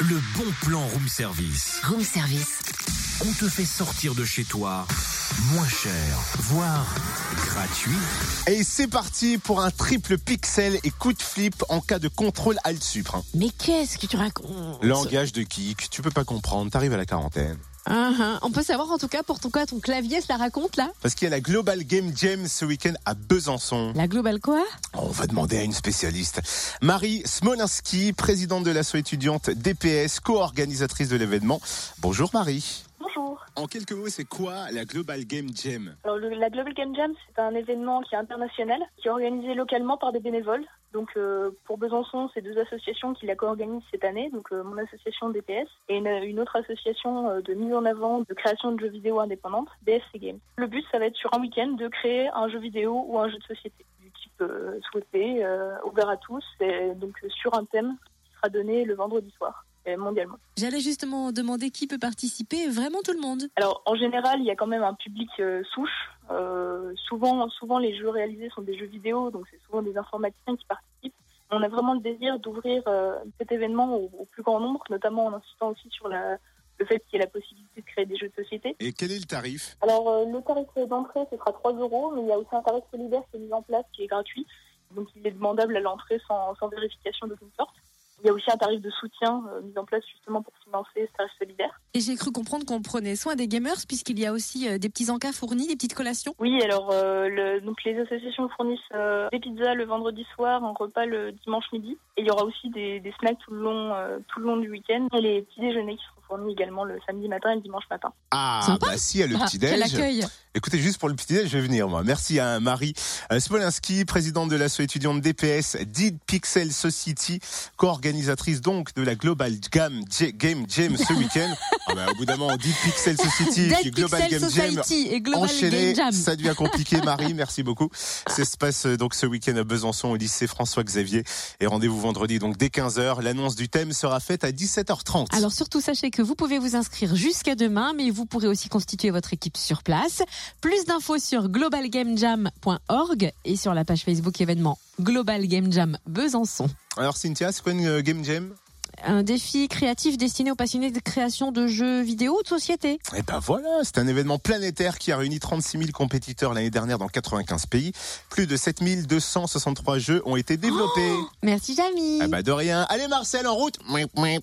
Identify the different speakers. Speaker 1: Le bon plan room service.
Speaker 2: Room service.
Speaker 1: On te fait sortir de chez toi moins cher, voire gratuit.
Speaker 3: Et c'est parti pour un triple pixel et coup de flip en cas de contrôle alt supre. hein.
Speaker 2: Mais qu'est-ce que tu racontes
Speaker 3: Langage de geek, tu peux pas comprendre, t'arrives à la quarantaine.
Speaker 2: Hein, hein. On peut savoir en tout cas pour ton cas, ton clavier se la raconte là
Speaker 3: Parce qu'il y a la Global Game Jam ce week-end à Besançon. Oh,
Speaker 2: La globale quoi
Speaker 3: On va demander à une spécialiste. Marie Smolinski, présidente de l'asso étudiante DPS, co-organisatrice de l'événement. Bonjour Marie.
Speaker 4: Bonjour.
Speaker 3: En quelques mots, c'est quoi la Global Game Jam
Speaker 4: Alors, le- la Global Game Jam, c'est un événement qui est international, qui est organisé localement par des bénévoles. Donc, euh, pour Besançon, c'est deux associations qui la co-organisent cette année. Donc, euh, mon association DPS et une, une autre association euh, de mise en avant de création de jeux vidéo indépendante, DFC Games. Le but, ça va être sur un week-end de créer un jeu vidéo ou un jeu de société du type euh, souhaité, euh, ouvert à tous, et donc euh, sur un thème qui sera donné le vendredi soir euh, mondialement.
Speaker 5: J'allais justement demander qui peut participer, vraiment tout le monde.
Speaker 4: Alors en général, il y a quand même un public euh, souche. Euh, souvent, souvent les jeux réalisés sont des jeux vidéo, donc c'est souvent des informaticiens qui participent. On a vraiment le désir d'ouvrir euh, cet événement au, au plus grand nombre, notamment en insistant aussi sur la- le fait qu'il y ait la possibilité de créer des jeux de société.
Speaker 3: Et quel est le tarif
Speaker 4: Alors euh, le tarif d'entrée, ce sera 3 euros, mais il y a aussi un tarif solidaire qui est mis en place, qui est gratuit, donc il est demandable à l'entrée sans, sans vérification d'aucune sorte. Il y a aussi un tarif de soutien euh, mis en place justement pour financer ce tarif solidaire.
Speaker 5: Et j'ai cru comprendre qu'on prenait soin des gamers puisqu'il y a aussi euh, des petits encas fournis, des petites collations.
Speaker 4: Oui, alors euh, le, donc les associations fournissent euh, des pizzas le vendredi soir, un repas le dimanche midi, et il y aura aussi des, des snacks tout le long euh, tout le long du week-end et les petits déjeuners qui seront fournis également le samedi matin et le dimanche matin.
Speaker 3: Ah,
Speaker 5: Sympa.
Speaker 3: bah si, à le
Speaker 5: Ah,
Speaker 3: petit
Speaker 5: quel
Speaker 3: déj.
Speaker 5: accueil
Speaker 3: Écoutez, juste pour le petit déj, je vais venir moi. Merci à Marie euh, Smolinski, présidente de l'asso étudiante DPS, Did Pixel Society, co-organisatrice donc de la Global Gam- J- Game Jam ce week-end. ah bah, au bout d'un moment, Did Pixel Society, puis
Speaker 5: Dead
Speaker 3: Global
Speaker 5: Pixel
Speaker 3: Game Jam.
Speaker 5: Society et Global
Speaker 3: Enchaîné,
Speaker 5: Game Jam.
Speaker 3: ça devient compliqué, Marie. Merci beaucoup. Ça se passe euh, donc ce week-end à Besançon au lycée François-Xavier. Et rendez-vous vendredi, donc dès 15h. L'annonce du thème sera faite à 17h30.
Speaker 2: Alors surtout sachez que vous pouvez vous inscrire jusqu'à demain, mais vous pourrez aussi constituer votre équipe sur place. Plus d'infos sur globalgamejam.org et sur la page Facebook événement Global Game Jam Besançon.
Speaker 3: Alors, Cynthia, c'est quoi une euh, Game Jam?
Speaker 2: Un défi créatif destiné aux passionnés de création de jeux vidéo ou de société.
Speaker 3: Et ben voilà, c'est un événement planétaire qui a réuni 36 000 compétiteurs l'année dernière dans 95 pays. Plus de 7 263 jeux ont été développés.
Speaker 2: Merci Jamie.
Speaker 3: ah bah de rien. Allez Marcel, en route Mouip, mouip.